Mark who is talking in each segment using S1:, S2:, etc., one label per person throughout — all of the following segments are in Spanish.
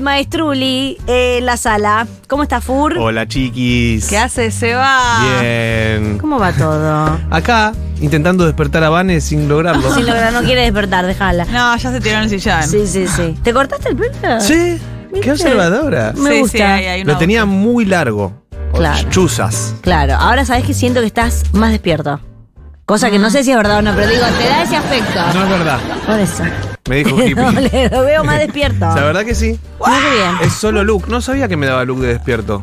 S1: Maestruli eh, en la sala. ¿Cómo está Fur?
S2: Hola, chiquis.
S3: ¿Qué hace, Seba?
S2: Bien.
S1: ¿Cómo va todo?
S2: Acá, intentando despertar a Vane sin lograrlo.
S1: Ah, Sin lograr, no quiere despertar, déjala.
S3: No, ya se tiró en el sillón.
S1: Sí, sí, sí. ¿Te cortaste el pelo?
S2: Sí, qué
S1: ¿Viste?
S2: observadora.
S1: me
S3: Sí,
S1: gusta.
S3: sí, ahí hay una
S2: Lo tenía muy largo.
S1: Claro.
S2: Chuzas.
S1: Claro, ahora sabes que siento que estás más despierto. Cosa que no sé si es verdad o no, pero digo, te da ese afecto.
S2: No es verdad.
S1: Por eso.
S2: Me dijo
S1: No,
S2: hippie.
S1: le- lo veo más despierto.
S2: La verdad que sí.
S1: Muy bien.
S2: Es solo look. No sabía que me daba look de despierto.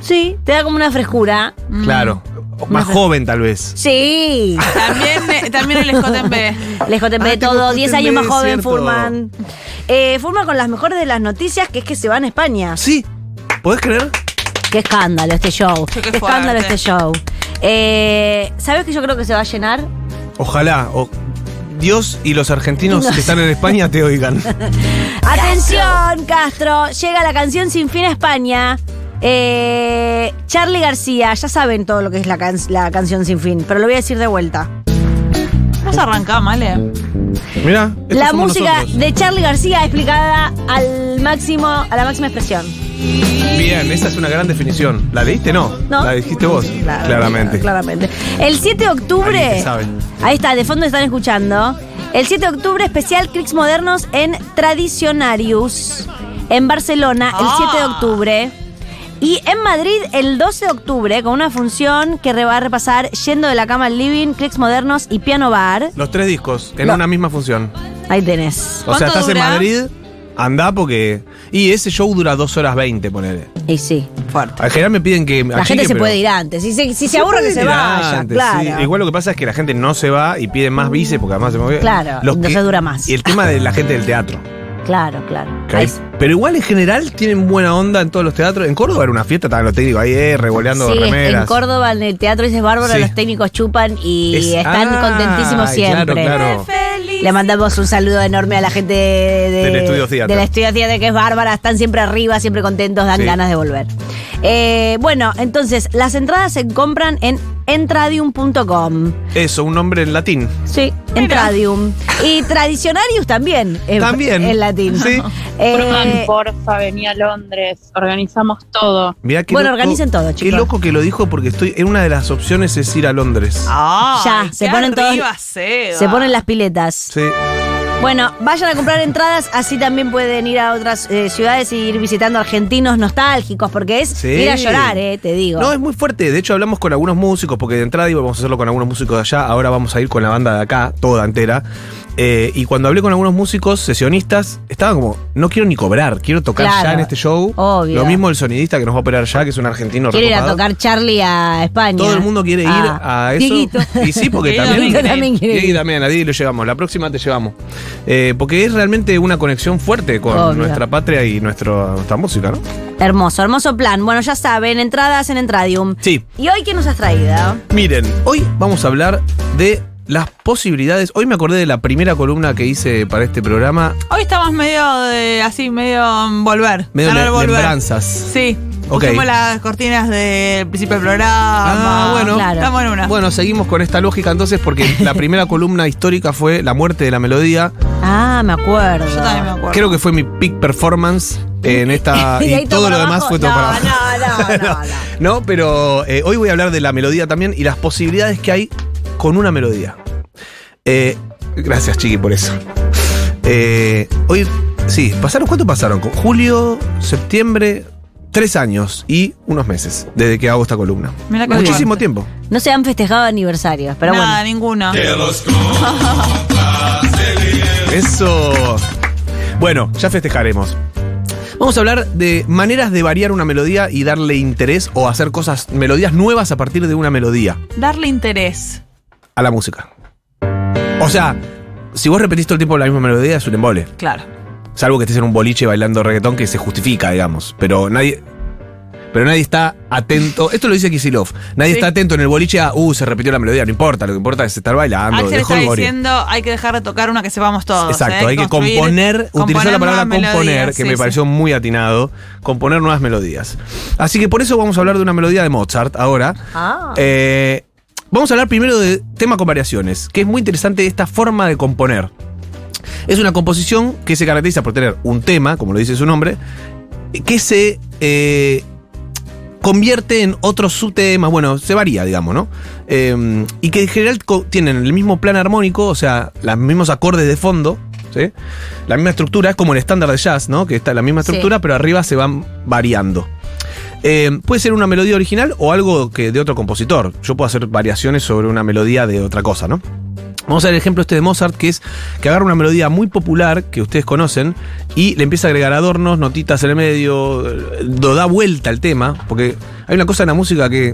S1: Sí, te da como una frescura.
S2: Claro. O Más joven, tal vez.
S1: Sí.
S3: También, me- también el Scott en B.
S1: Lejos te
S2: Ah,
S1: de
S2: tengo
S1: todo,
S2: Scott
S1: 10
S2: en
S1: años
S2: B,
S1: más joven,
S2: cierto.
S1: Furman. Eh, Furman con las mejores de las noticias, que es que se va a España.
S2: Sí. ¿Podés creer?
S1: Qué escándalo este show.
S3: Qué
S1: Qué, escándalo
S3: fuerte.
S1: este show. Eh, ¿Sabes que yo creo que se va a llenar?
S2: Ojalá. o- Dios y los argentinos que están en España te oigan.
S1: Atención, Castro. Llega la canción Sin Fin a España. Eh, Charlie García, ya saben todo lo que es la, can- la canción Sin Fin, pero lo voy a decir de vuelta.
S3: Vamos a arrancar, ¿vale?
S2: Mirá. estos
S1: la
S2: somos
S1: música
S2: nosotros.
S1: de Charlie García explicada al máximo, a la máxima expresión.
S2: Bien, esa es una gran definición. ¿La leíste? No.
S1: No.
S2: La dijiste vos.
S1: Claro,
S2: Claramente.
S1: Claramente. El 7 de
S2: Alguien que
S1: octubre.
S2: sabe.
S1: Ahí está, de fondo están escuchando. El 7 de octubre, especial Cricks Modernos en Tradicionarius. En Barcelona, el
S3: Ah.
S1: 7 de octubre. Y en Madrid, el 12 de octubre, con una función que re- va a repasar Yendo de la cama al living, Cricks Modernos y Piano Bar.
S2: Los tres discos en
S1: No.
S2: una misma función.
S1: Ahí tenés.
S2: O sea,
S3: ¿Cuánto
S2: estás en
S3: dura?
S2: Madrid, andá porque. Y ese show dura dos horas 20, ponele.
S1: Y sí.
S3: Fuerte.
S2: Al general me piden que.
S1: La gente se puede ir antes. Si se, si se aburre, que se vaya. claro.
S2: Igual lo que pasa es que la gente no se va y piden más bici porque además se mueve.
S1: Claro, entonces dura más.
S2: Y el tema de la gente del teatro.
S1: Claro, claro.
S2: que hay-
S1: Ahí-
S2: pero igual en general tienen buena onda en todos los teatros. En Córdoba era una fiesta, estaban los técnicos ahí, eh, revoleando
S1: Sí,
S2: remeras.
S1: en Córdoba, en el teatro dices Bárbara,
S2: Sí.
S1: los técnicos chupan y
S2: Es-
S1: están
S2: Ah,
S1: contentísimos
S2: claro,
S1: siempre.
S2: claro.
S1: Le mandamos un saludo enorme a la gente de-
S2: Del Estudio Theater.
S1: del Estudio Theater, que es bárbara, están siempre arriba, siempre contentos, dan
S2: Sí.
S1: ganas de volver. Eh, bueno, entonces, las entradas se compran en entradium.com.
S2: Eso, un nombre en latín.
S1: Sí,
S3: Mira.
S1: entradium. Y tradicionarius también. en-
S2: También.
S1: En latín.
S2: Sí.
S1: Eh,
S4: porfa, vení a Londres, organizamos todo.
S2: Mirá qué
S1: Bueno,
S2: loco-
S1: organicen todo,
S2: Qué
S1: chicos.
S2: loco que lo dijo porque estoy. En una de las opciones es ir a Londres.
S3: Ah,
S1: Ya, se ponen todos- se ponen las piletas.
S2: Sí.
S1: Bueno, vayan a comprar entradas, así también pueden ir a otras eh, ciudades y ir visitando argentinos nostálgicos, porque es
S2: Sí.
S1: ir a llorar, eh, te digo.
S2: No, es muy fuerte. De hecho, hablamos con algunos músicos, porque de entrada íbamos a hacerlo con algunos músicos de allá, ahora vamos a ir con la banda de acá, toda entera. Eh, y cuando hablé con algunos músicos, sesionistas, estaba como, no quiero ni cobrar, quiero tocar
S1: Claro.
S2: ya en este show.
S1: Obvio.
S2: Lo mismo el sonidista que nos va a operar ya, que es un argentino
S1: Quiere ir a
S2: recopado.
S1: tocar Charlie a España.
S2: Todo el mundo quiere ir
S1: Ah,
S2: a eso.
S1: Dieguito.
S2: Y sí, porque
S3: Diego
S2: también.
S1: Dieguito también quiere
S2: Diego y
S1: ir.
S2: también, a Diego lo llevamos. La próxima te llevamos. Eh, porque es realmente una conexión fuerte con
S1: Obvio.
S2: nuestra patria y nuestro- nuestra música, ¿no?
S1: Hermoso, hermoso plan. Bueno, ya saben, entradas en Entradium.
S2: Sí.
S1: ¿Y hoy qué nos has traído?
S2: Miren, hoy vamos a hablar de las posibilidades. Hoy me acordé de la primera columna que hice para este programa.
S3: Hoy estamos medio de, así, medio en volver.
S2: Medio
S3: ganar,
S2: le-
S3: volver.
S2: lembranzas.
S3: Sí.
S2: Ok.
S3: Pusimos las cortinas del principio del
S2: Ah,
S3: programa.
S2: bueno.
S1: claro.
S3: Estamos en una.
S2: Bueno, seguimos con esta lógica entonces porque la primera columna histórica fue La muerte de la melodía.
S1: Ah, me acuerdo.
S3: Yo también me acuerdo.
S2: Creo que fue mi peak performance en esta...
S1: de
S2: y
S1: ahí
S2: todo
S1: para
S2: lo demás
S1: abajo.
S2: fue todo
S1: no,
S2: para abajo.
S1: No, no, no, no.
S2: No, pero eh, hoy voy a hablar de la melodía también y las posibilidades que hay con una melodía. Eh, gracias, Chiqui, por eso. Eh, hoy, sí, pasaron, ¿cuánto pasaron? Con Julio, septiembre, tres años y unos meses desde que hago esta columna.
S3: Mirá qué
S2: Muchísimo
S3: fuerte.
S2: tiempo.
S1: No se han festejado aniversarios, pero
S3: Nada,
S1: bueno.
S3: ninguno.
S2: Eso. Bueno, ya festejaremos. Vamos a hablar de maneras de variar una melodía y darle interés o hacer cosas, melodías nuevas a partir de una melodía.
S3: Darle interés.
S2: a la música. O sea, si vos repetís todo el tiempo la misma melodía, es un embole.
S3: Claro.
S2: Salvo que estés en un boliche bailando reggaetón que se justifica, digamos. Pero nadie. Pero nadie está atento. Esto lo dice Kisilov. Nadie
S3: Sí.
S2: está atento en el boliche a, uh, se repitió la melodía, no importa, lo que importa es estar bailando.
S3: Axel
S2: dejó
S3: está
S2: el gorio.
S3: diciendo hay que dejar de tocar una que sepamos todos.
S2: Exacto,
S3: ¿eh?
S2: hay que
S3: Construir-
S2: componer, utilizó la
S3: componer
S2: palabra
S3: nuevas
S2: componer,
S3: melodías,
S2: que
S3: sí,
S2: me
S3: sí.
S2: pareció muy atinado, componer nuevas melodías. Así que por eso vamos a hablar de una melodía de Mozart ahora.
S1: Ah.
S2: Eh, vamos a hablar primero de tema con variaciones, que es muy interesante esta forma de componer. Es una composición que se caracteriza por tener un tema, como lo dice su nombre, que se eh, convierte en otros subtemas, bueno, se varía, digamos, ¿no? Eh, y que en general co- tienen el mismo plan armónico, o sea, los mismos acordes de fondo, ¿sí? La misma estructura, es como el estándar de jazz, ¿no? Que está en la misma
S1: Sí.
S2: estructura, pero arriba se van variando. Eh, puede ser una melodía original o algo que de otro compositor. Yo puedo hacer variaciones sobre una melodía de otra cosa, ¿no? Vamos a ver el ejemplo este de Mozart, que es que agarra una melodía muy popular que ustedes conocen y le empieza a agregar adornos, notitas en el medio, eh, lo da vuelta al tema, porque hay una cosa en la música que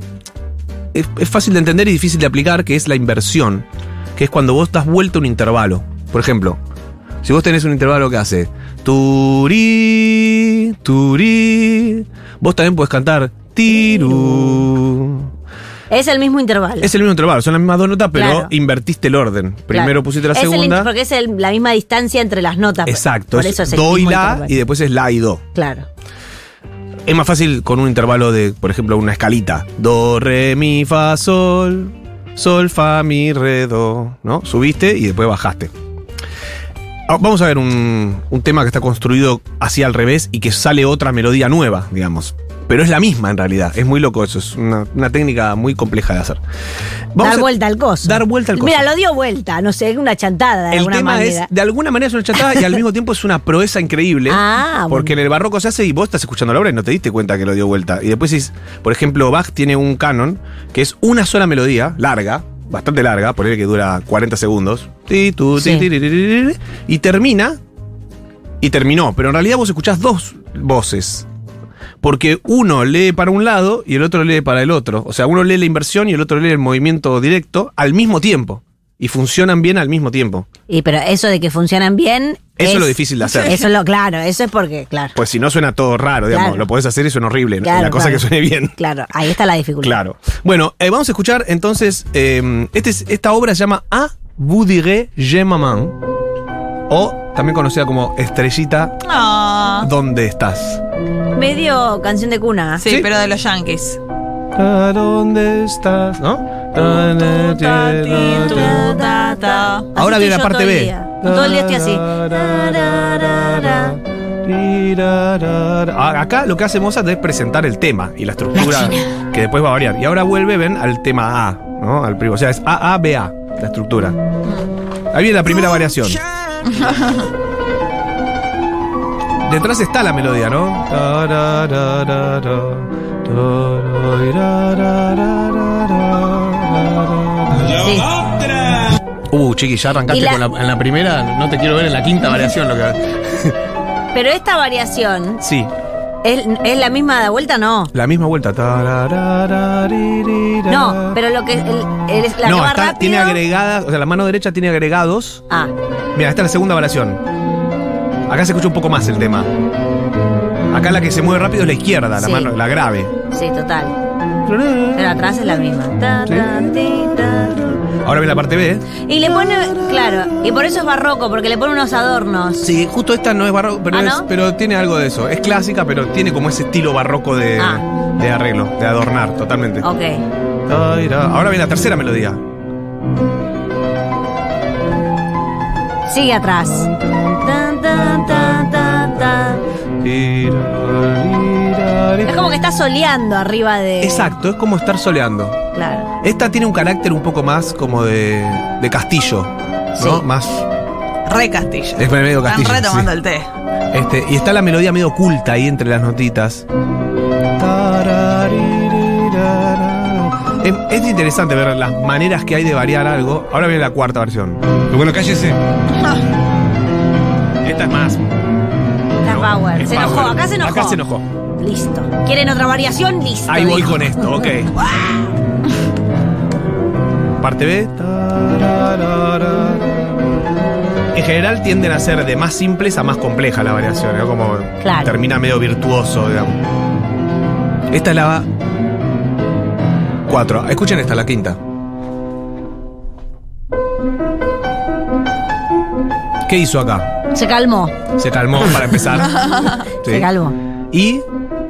S2: es, es fácil de entender y difícil de aplicar, que es la inversión, que es cuando vos das vuelta un intervalo. Por ejemplo, si vos tenés un intervalo que hace turí, turí, vos también podés cantar tiru.
S1: Es el mismo intervalo.
S2: Es el mismo intervalo, son las mismas dos notas, pero
S1: Claro.
S2: invertiste el orden. Primero
S1: Claro.
S2: pusiste la
S1: Es el
S2: segunda.
S1: int- porque es el- la misma distancia entre las notas. pues.
S2: Exacto,
S1: Por
S2: es
S1: eso es el
S2: do y
S1: mismo
S2: la
S1: intervalo.
S2: y después es la y do.
S1: Claro.
S2: Es más fácil con un intervalo de, por ejemplo, una escalita. Do, re, mi, fa, sol. Sol, fa, mi, re, do. ¿No? Subiste y después bajaste. Ah, Vamos a ver un, un tema que está construido así al revés y que sale otra melodía nueva, digamos. Pero es la misma en realidad. Es muy loco eso. Es una, una técnica muy compleja de hacer. Vamos
S1: dar
S2: a-
S1: vuelta al coso.
S2: Dar vuelta al coso.
S1: Mira, lo dio vuelta, no sé, una chantada de
S2: El
S1: alguna
S2: tema
S1: manera.
S2: es, de alguna manera es una chatada y al mismo tiempo es una proeza increíble.
S1: Ah,
S2: porque en el barroco se hace y vos estás escuchando la obra y no te diste cuenta que lo dio vuelta. Y después, es, por ejemplo, Bach tiene un canon que es una sola melodía, larga, bastante larga, por que dura 40 segundos. Ti, tu, ti,
S1: Sí.
S2: ti, ti, ti, ti, ti, ti, Y termina. Y terminó. Pero en realidad vos escuchás dos voces. Porque uno lee para un lado y el otro lee para el otro. O sea, uno lee la inversión y el otro lee el movimiento directo al mismo tiempo. Y funcionan bien al mismo tiempo.
S1: Y pero eso de que funcionan bien.
S2: Eso es lo difícil de hacer.
S1: Eso es lo claro, eso es porque, claro.
S2: Pues si no suena todo raro, digamos,
S1: Claro.
S2: lo podés hacer y suena horrible.
S1: Claro,
S2: la cosa
S1: claro.
S2: que suene bien.
S1: Claro, ahí está la dificultad.
S2: Claro. Bueno, eh, vamos a escuchar entonces. eh, este es- esta obra se llama A vous direz je maman. O también conocida como Estrellita,
S1: Ah.
S3: No.
S2: ¿dónde estás?
S1: Medio canción de cuna.
S3: Sí,
S2: Sí.
S3: pero de los Yankees.
S2: ¿A ¿Dónde estás? ¿No?
S3: Pero
S1: Así
S2: Ahora
S1: estoy
S2: viene la
S1: yo
S2: parte
S1: todo el
S2: B.
S1: día. Todo el día estoy así.
S2: Ah, Acá lo que hace Mozart es presentar el tema y la estructura que después va a variar. Y ahora vuelve, ven, al tema A, ¿no? Al primo. O sea, es A, A, B, A, la estructura. Ahí viene la primera variación. Detrás está la melodía, ¿no?
S1: Sí.
S2: Uh, chiqui, ya arrancaste
S1: Y la-
S2: con la, en la primera. No te quiero ver en la quinta variación. Lo que...
S1: Pero esta variación,
S2: Sí,
S1: ¿es, es la misma de vuelta? No.
S2: la misma vuelta.
S1: No,
S2: No,
S1: pero lo que. El, el- la que
S2: no,
S1: va
S2: está-
S1: rápido.
S2: tiene agregadas. O sea, la mano derecha tiene agregados.
S1: Ah,
S2: Mira, esta es la segunda variación. Acá se escucha un poco más el tema. Acá la que se mueve rápido es la izquierda, la
S1: Sí.
S2: mano, la grave.
S1: sí, total. Pero atrás es la misma.
S2: Sí. Ahora viene la parte B.
S1: Y le pone. Claro, y por eso es barroco, porque le pone unos adornos.
S2: Sí, justo esta no es barroco, pero,
S1: Ah,
S2: es-
S1: ¿no?
S2: pero tiene algo de eso. Es clásica, pero tiene como ese estilo barroco de,
S1: Ah.
S2: de arreglo, de adornar totalmente.
S1: Ok.
S2: Taira. Ahora viene la tercera melodía.
S1: Sigue atrás. Tan, tan, tan, tan, tan. Es como que está soleando arriba de.
S2: Exacto, es como estar soleando.
S1: Claro.
S2: Esta tiene un carácter un poco más como de, de castillo, ¿no?
S1: Sí.
S2: Más.
S3: Re Castillo.
S2: Es medio
S3: Están
S2: castillo.
S3: re tomando
S2: sí.
S3: el té.
S2: Este, y está la melodía medio oculta ahí entre las notitas. Es, Em, es interesante ver las maneras que hay de variar algo. Ahora viene la cuarta versión. Pero bueno, cállese. Esta es más.
S1: Ah. Está
S2: ¿no?
S1: Power.
S2: Es
S1: Se enojó,
S2: power.
S1: acá se enojó.
S2: Acá se enojó.
S1: Listo. ¿Quieren otra variación? Listo.
S2: Ahí voy
S1: dijo.
S2: con esto, ok. Parte B. En general tienden a ser de más simples a más complejas las variaciones, ¿no? Como
S1: Claro.
S2: termina medio virtuoso, digamos. Esta es la... 4. Escuchen esta, la quinta. ¿Qué hizo acá?
S1: Se calmó.
S2: Se calmó para empezar. Sí.
S1: Se calmó.
S2: Y...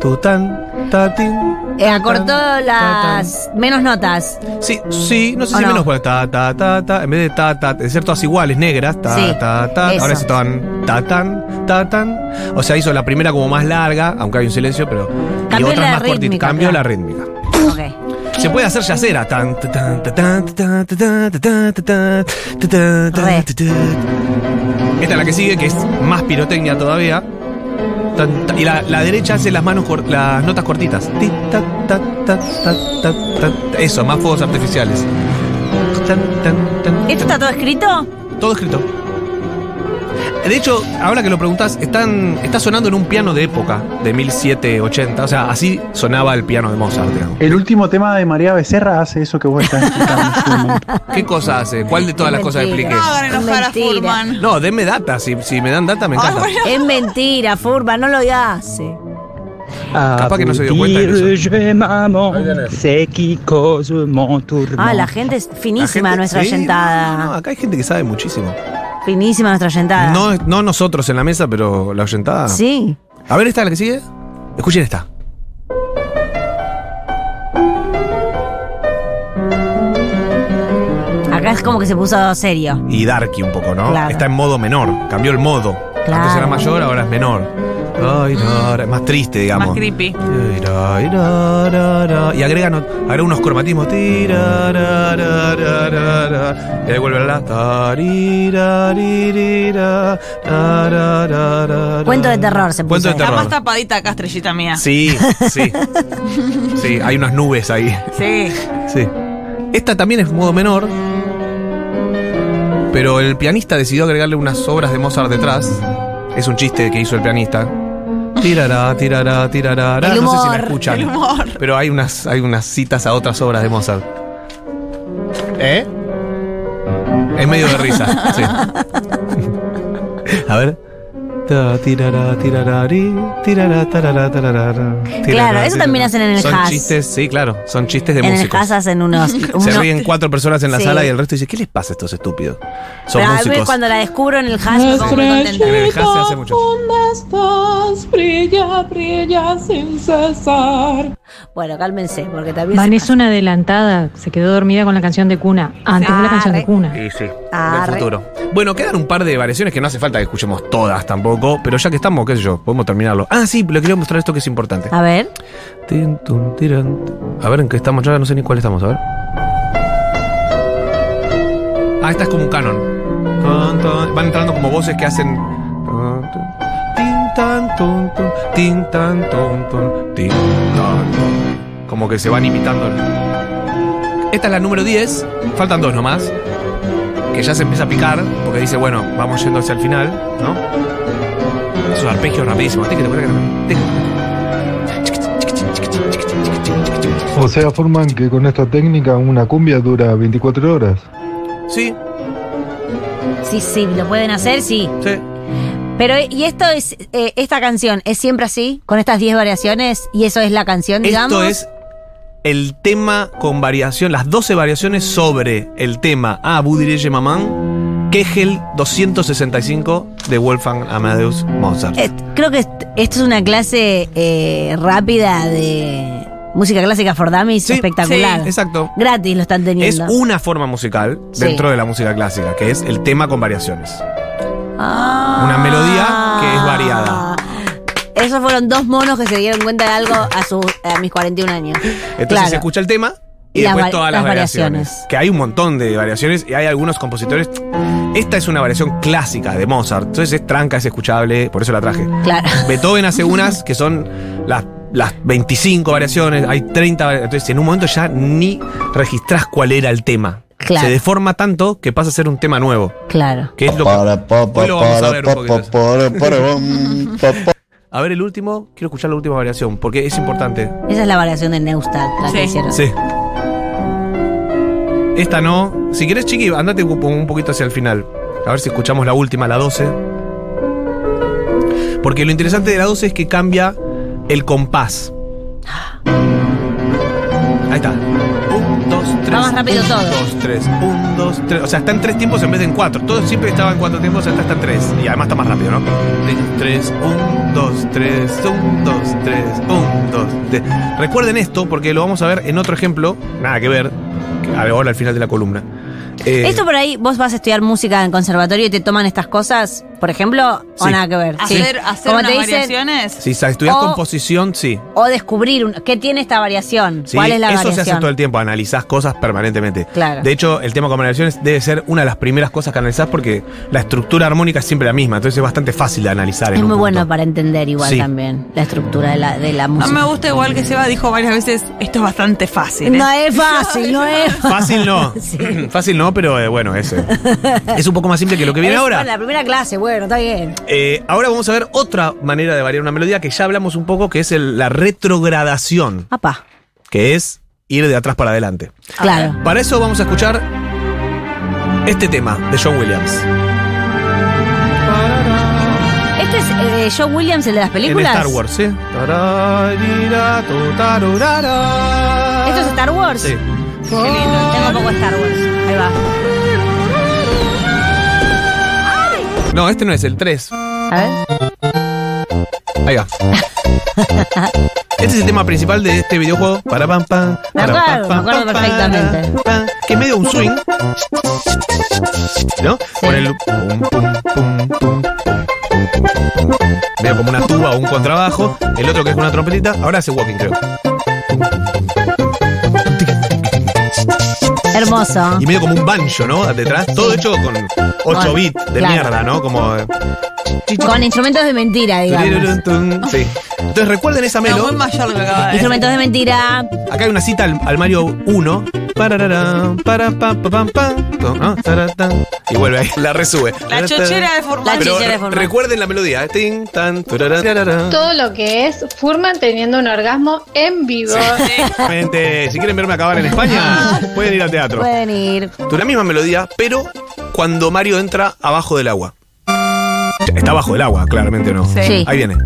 S2: Tután. Tatín.
S1: Eh, acortó las menos notas.
S2: Sí, sí, no sé
S1: ¿O
S2: si
S1: no?
S2: menos bueno, ta, ta, ta, ta, en vez de ta, ta, de ser todas iguales, negras, ta,
S1: Sí,
S2: ta, ta,
S1: eso.
S2: ahora se estaban ta, tan, ta, tan. O sea, hizo la primera como más larga, aunque hay un silencio, pero. y
S1: Cambió
S2: otras
S1: la
S2: más cortitas.
S1: rítmica,
S2: Cambió
S1: claro.
S2: la rítmica.
S1: Ok.
S2: Se puede hacer yacera. Tan, ta, tan, ta, tan, ta, tan, ta, tan, ta, tan, ta, tan, ta, tan,
S1: Re.
S2: ta, tan. Esta es la que sigue, que es más pirotecnia todavía. Tan, ta, Y la, la derecha hace las manos cor- las notas cortitas. Ti, ta, ta, ta, ta, ta, ta. Eso, más fuegos artificiales. Tan, tan, tan,
S1: ¿Esto
S2: tan.
S1: está todo escrito?
S2: Todo escrito. De hecho, ahora que lo preguntas, están, está sonando en un piano de época, de 1780. O sea, así sonaba el piano de Mozart, digamos.
S5: El último tema de María Becerra hace eso que vos estás explicando. en este momento.
S2: ¿Qué cosa hace? ¿Cuál de todas las cosas
S1: Mentira.
S2: expliqué?
S3: No hagan enojar a
S1: Mentira.
S3: Furman.
S2: No, denme data. Si, si me dan data, me
S3: Ah,
S2: encanta.
S3: bueno.
S1: Es mentira, Furba, no lo hace.
S6: Ah,
S2: Capaz que no se dio cuenta de
S6: C'est qui cause mon tourment.
S1: Ah, la gente es
S2: La
S1: finísima
S2: gente-
S1: nuestra
S2: Sí,
S1: oyentada.
S2: No, no, acá hay gente que sabe muchísimo.
S1: Finísima nuestra oyentada.
S2: No, no nosotros en la mesa, pero la oyentada.
S1: Sí.
S2: A ver, esta, la que sigue. Escuchen esta.
S1: Acá es como que se puso serio.
S2: Y Darky un poco, ¿no?
S1: Claro.
S2: Está en modo menor. Cambió el modo. Antes
S1: Claro.
S2: era mayor, ahora es menor. Ay, no, ahora es más triste, digamos.
S3: Más creepy.
S2: Tira, ira, ra, ra. Y agregan, ot- agregan unos cromatismos. Tira, ra, ra, ra, ra, ra. Y ahí vuelve la. Tarira, ririra, ra, ra, ra, ra, ra.
S1: Cuento de terror se puso.
S2: Cuento de
S3: Está
S2: terror.
S3: más tapadita acá, estrellita mía.
S2: Sí, sí. Sí, hay unas nubes ahí.
S3: Sí.
S2: Sí. Esta también es modo menor. Pero el pianista decidió agregarle unas obras de Mozart detrás. Es un chiste que hizo el pianista. Tirará, tirará, tirará.
S1: El
S2: no sé si la
S1: humor,
S2: escuchan.
S3: el humor.
S2: Pero hay unas, hay unas citas a otras obras de Mozart. ¿Eh? Es medio de risa, sí. A ver. Ta, tirará, tirará, ri, tirará, tarará, tarará, tirará,
S1: Claro, eso
S2: tirará.
S1: también hacen en el
S2: Son
S1: jazz.
S2: chistes, sí, claro. Son chistes de
S1: en el
S2: músicos.
S1: casa hacen unos.
S2: Se
S1: unos-
S2: ríen cuatro personas en la
S1: Sí.
S2: sala y el resto dice, ¿qué les pasa a estos estúpidos? Son
S1: Pero a mí
S2: músicos.
S1: cuando la descubro en el hash me pongo muy contenta.
S2: En el jazz se hace mucho.
S4: brilla, brilla sin cesar.
S1: Bueno, cálmense, porque también. se-
S7: Van es una adelantada, se quedó dormida con la canción de cuna. Antes de la canción de
S1: Arre.
S7: cuna.
S2: Y sí, del
S1: Arre.
S2: futuro. Bueno, quedan un par de variaciones que no hace falta que escuchemos todas tampoco, pero ya que estamos, qué sé yo, podemos terminarlo. Ah, sí, pero quería mostrar esto que es importante.
S1: A ver.
S2: Tin, tun, tiran, tu. A ver en qué estamos, yo ahora no sé ni cuál estamos, a ver. Ah, esta es como un canon. Tun, tun. Van entrando como voces que hacen. Tun, tun. Tin, tan, tun, tun. Tin, tan, tun, tun. Tin, tan, tun. Como que se van imitando. Esta es la número 10. Faltan dos nomás. Que ya se empieza a picar. Porque dice, bueno, vamos yendo hacia el final, ¿no? Es un arpegio rapidísimo. Tic, tic, tic, tic, tic.
S8: O sea, forman que con esta técnica una cumbia dura 24 horas.
S2: Sí,
S1: Sí, sí, lo pueden hacer, sí.
S2: sí.
S1: Pero, ¿y esto es. eh, esta canción es siempre así? Con estas 10 variaciones. ¿Y eso es la canción, digamos?
S2: Esto es el tema con variación, las 12 variaciones sobre el tema Ah, A Budireye Mamán, Kegel 265 de Wolfgang Amadeus Mozart.
S1: Et- Eh, creo que est- esto es una clase eh, rápida de música clásica for dummies
S2: Sí,
S1: espectacular.
S2: sí, exacto.
S1: Gratis lo están
S2: Es
S1: teniendo.
S2: una forma musical
S1: Sí.
S2: dentro de la música clásica, que es el tema con variaciones.
S1: Ah.
S2: una melodía que es variada.
S1: Esos fueron dos monos que se dieron cuenta de algo a, sus a mis 41 años.
S2: Entonces
S1: Claro.
S2: se escucha el tema y,
S1: Y las
S2: después
S1: va-
S2: todas las,
S1: las
S2: variaciones.
S1: variaciones.
S2: Que hay un montón de variaciones y hay algunos compositores. Esta es una variación clásica de Mozart, entonces es tranca, es escuchable, por eso la traje.
S1: Claro.
S2: Beethoven hace unas que son las, las 25 variaciones, hay 30 vari- Entonces, en un momento ya ni registrás cuál era el tema.
S1: Claro.
S2: Se deforma tanto que pasa a ser un tema nuevo.
S1: Claro.
S2: Que es lo que-
S9: Para, pa, pa,
S2: Hoy lo vamos a ver un
S9: para,
S2: poquito
S9: pa,
S2: eso.
S9: para, para, bom, pa, pa.
S2: A ver, el último, quiero escuchar la última variación, porque es importante.
S1: Esa es la variación de Neustadt, la que
S3: Sí.
S1: hicieron.
S2: Sí. Esta no. Si querés, chiqui, andate un po- un poquito hacia el final. A ver si escuchamos la última, la 12. Porque lo interesante de la 12 es que cambia el compás. Ahí está. Un, dos, dos, tres.
S10: más rápido
S2: un,
S10: todo.
S2: Dos, tres. Un, dos, tres. O sea, están tres tiempos en vez de en cuatro. Todo siempre estaba en cuatro tiempos, esta está en tres. Y además está más rápido, ¿no? Tres, tres, un, dos, tres, un, dos, tres, un, dos, tres. Recuerden esto porque lo vamos a ver en otro ejemplo. Nada que ver. que Ahora al final de la columna. Eh,
S1: Esto por ahí, vos vas a estudiar música en conservatorio y te toman estas cosas, por ejemplo, o
S2: Sí.
S1: nada que ver. Sí.
S3: Hacer, hacer
S1: Como
S3: unas
S1: te dicen,
S3: variaciones.
S2: si sa- estudias
S1: o-
S2: composición, sí.
S1: O descubrir un- qué tiene esta variación,
S2: Sí,
S1: cuál es la
S2: eso
S1: variación.
S2: se hace todo el tiempo, analizás cosas permanentemente.
S1: Claro.
S2: De hecho, el tema con variaciones debe ser una de las primeras cosas que analizás porque la estructura armónica es siempre la misma, entonces es bastante fácil de analizar. en
S1: es
S2: un
S1: muy
S2: punto.
S1: bueno para entender igual
S2: Sí.
S1: también la estructura de la, de la
S3: No
S1: música.
S3: me gusta igual que Seba dijo varias veces, esto es bastante fácil. ¿eh?
S1: No es fácil, no es fácil.
S2: Fácil no, fácil no, pero eh, bueno, es, eh, es un poco más simple que lo que viene
S1: Es,
S2: ahora.
S1: bueno, la primera clase, bueno, está bien.
S2: Eh, ahora vamos a ver otra manera de variar una melodía que ya hablamos un poco, que es el- la retrogradación,
S1: Apá,
S2: que es ir de atrás para adelante.
S1: claro.
S2: Para eso vamos a escuchar este tema de John Williams.
S1: Este es eh, John Williams, el de las
S2: En
S1: películas.
S2: Star Wars, ¿eh? ¿sí? ¿Esto
S1: ¿Esto es Star Wars?
S2: Sí.
S1: Qué lindo. Tengo poco Star Wars. Ahí va.
S2: No, este no es el 3.
S1: A ver.
S2: Ahí va. Este es el tema principal de este videojuego. Para pam pam.
S1: Me
S2: para,
S1: acuerdo,
S2: pam,
S1: me
S2: pam,
S1: acuerdo
S2: para,
S1: perfectamente.
S2: pam, Que es medio un swing. ¿No? Con el. pum, pum, pum, pum, pum, pum, pum, pum. Medio como una tuba o un contrabajo. El otro que es con una trompetita. Ahora hace walking, creo.
S1: Hermoso.
S2: Y medio como un banjo, ¿no? Detrás. Todo hecho con 8
S1: Bueno,
S2: bits de
S1: claro.
S2: mierda, ¿no? Como. eh,
S1: Con instrumentos de mentira, digamos.
S2: Sí. Entonces recuerden esa
S3: No,
S2: melo.
S3: muy mayor lo que acaba de decir.
S1: Instrumentos de mentira.
S2: Acá hay una cita al, al Mario 1. Parararán, para, pa, pa, pam, pam, to, ah, taratán. Y vuelve ahí, la resube.
S3: La chochera de formato.
S1: La
S2: Pero
S1: chochera de formato.
S2: recuerden la melodía. ¿eh? Tin, tan, turarán, tararán.
S11: Todo lo que es Furman teniendo un orgasmo en vivo.
S2: Gente, si quieren verme acabar en España, pueden ir al teatro.
S1: Pueden ir.
S2: Es La misma melodía, pero cuando Mario entra abajo del agua. Está abajo del agua, claramente no.
S3: Sí.
S1: Sí.
S2: Ahí viene.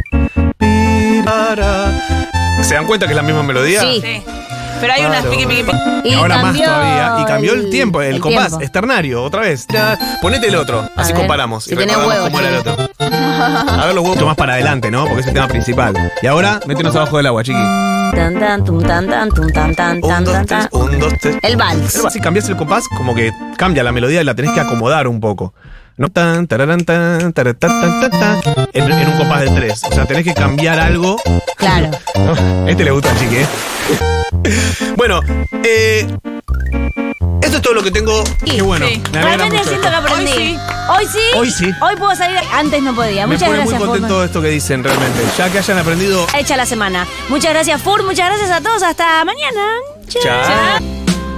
S2: ¿Se dan cuenta que es la misma melodía?
S1: Sí.
S3: Sí. Pero hay unas
S2: Claro.
S3: piqui, piqui, piqui.
S1: Y
S2: Y ahora más
S1: cambió
S2: todavía. Y cambió el, tiempo, el, compás,
S1: tiempo.
S2: es ternario, otra vez. Ya, Ponete el otro, así
S1: ver,
S2: comparamos.
S1: si
S2: y
S1: tenés huevos,
S2: recordamos cómo era el
S1: chiqui.
S2: otro. A ver los huevos más para adelante, ¿no? Porque es el tema principal. Y ahora, métenos abajo del agua, chiqui.
S1: Tan, tan, tum, tan, tan, tum, tan, tan,
S2: Un,
S1: tan,
S2: dos,
S1: tan,
S2: tres,
S1: tan.
S2: un, dos, tres.
S1: El vals.
S2: Si cambias el compás, como que cambia la melodía y la tenés que acomodar un poco. No tan, tararán, tan, taratán, tan, tan, tan, en, en un compás de tres. O sea, tenés que cambiar algo.
S1: Claro.
S2: Este le gusta al chiqui, ¿eh? Bueno, eh, esto es todo lo que tengo. Qué bueno.
S3: sí.
S2: me alegra
S1: Realmente
S2: mucho
S1: siento que
S2: esto.
S1: aprendí. Hoy
S3: Hoy sí.
S1: sí.
S2: Hoy sí.
S1: Hoy puedo salir. Antes no podía.
S2: Me
S1: Muchas
S2: pone muy
S1: gracias,
S2: contento
S1: Furman.
S2: esto que dicen realmente. Ya que hayan aprendido.
S1: Hecha la semana. Muchas gracias, Fur. Muchas gracias a todos. Hasta mañana.
S2: Chao.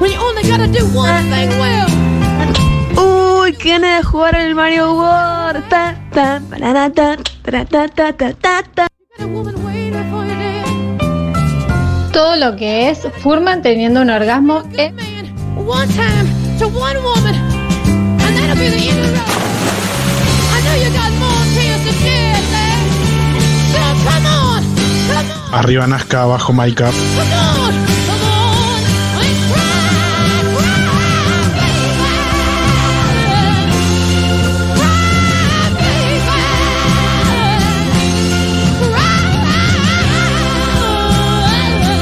S11: When you only gotta do one thing well.
S10: Uy, qué ganas de jugar el Mario World. Ta, ta, parara, ta, ta, ta, ta, ta, ta, ta.
S11: Todo lo que es Furman teniendo un orgasmo en One time to one woman. And that'll be the end of it. I know you got more tears to shed, man. So come on. Come on.
S9: Arriba Nazca, abajo Maika.
S11: Come on. Come on. And cry, cry, baby. Cry, baby. Cry.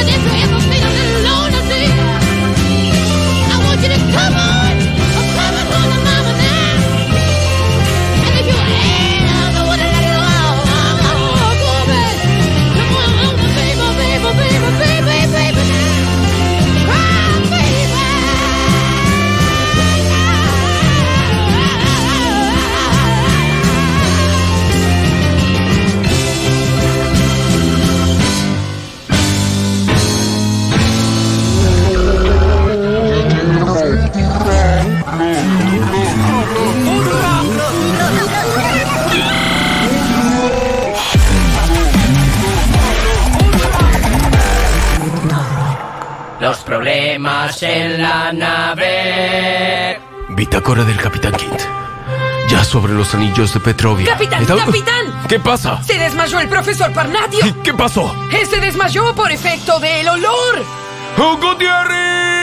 S11: And if you ever feel a little lonely, I want you to come on. I'm coming home to mama now. And if you ever want a little love, oh, woman, come on, baby, baby, baby, baby, baby now. Cry, baby.
S12: Bitácora del Capitán Kint. Ya sobre los anillos de Petrovia.
S4: Capitán,
S12: Estaba-
S4: capitán.
S12: ¿Qué pasa?
S4: Este Se desmayó el profesor Parnatio.
S12: ¿Qué pasó?
S4: Él se desmayó por efecto del olor.
S12: ¡Gutiérrez!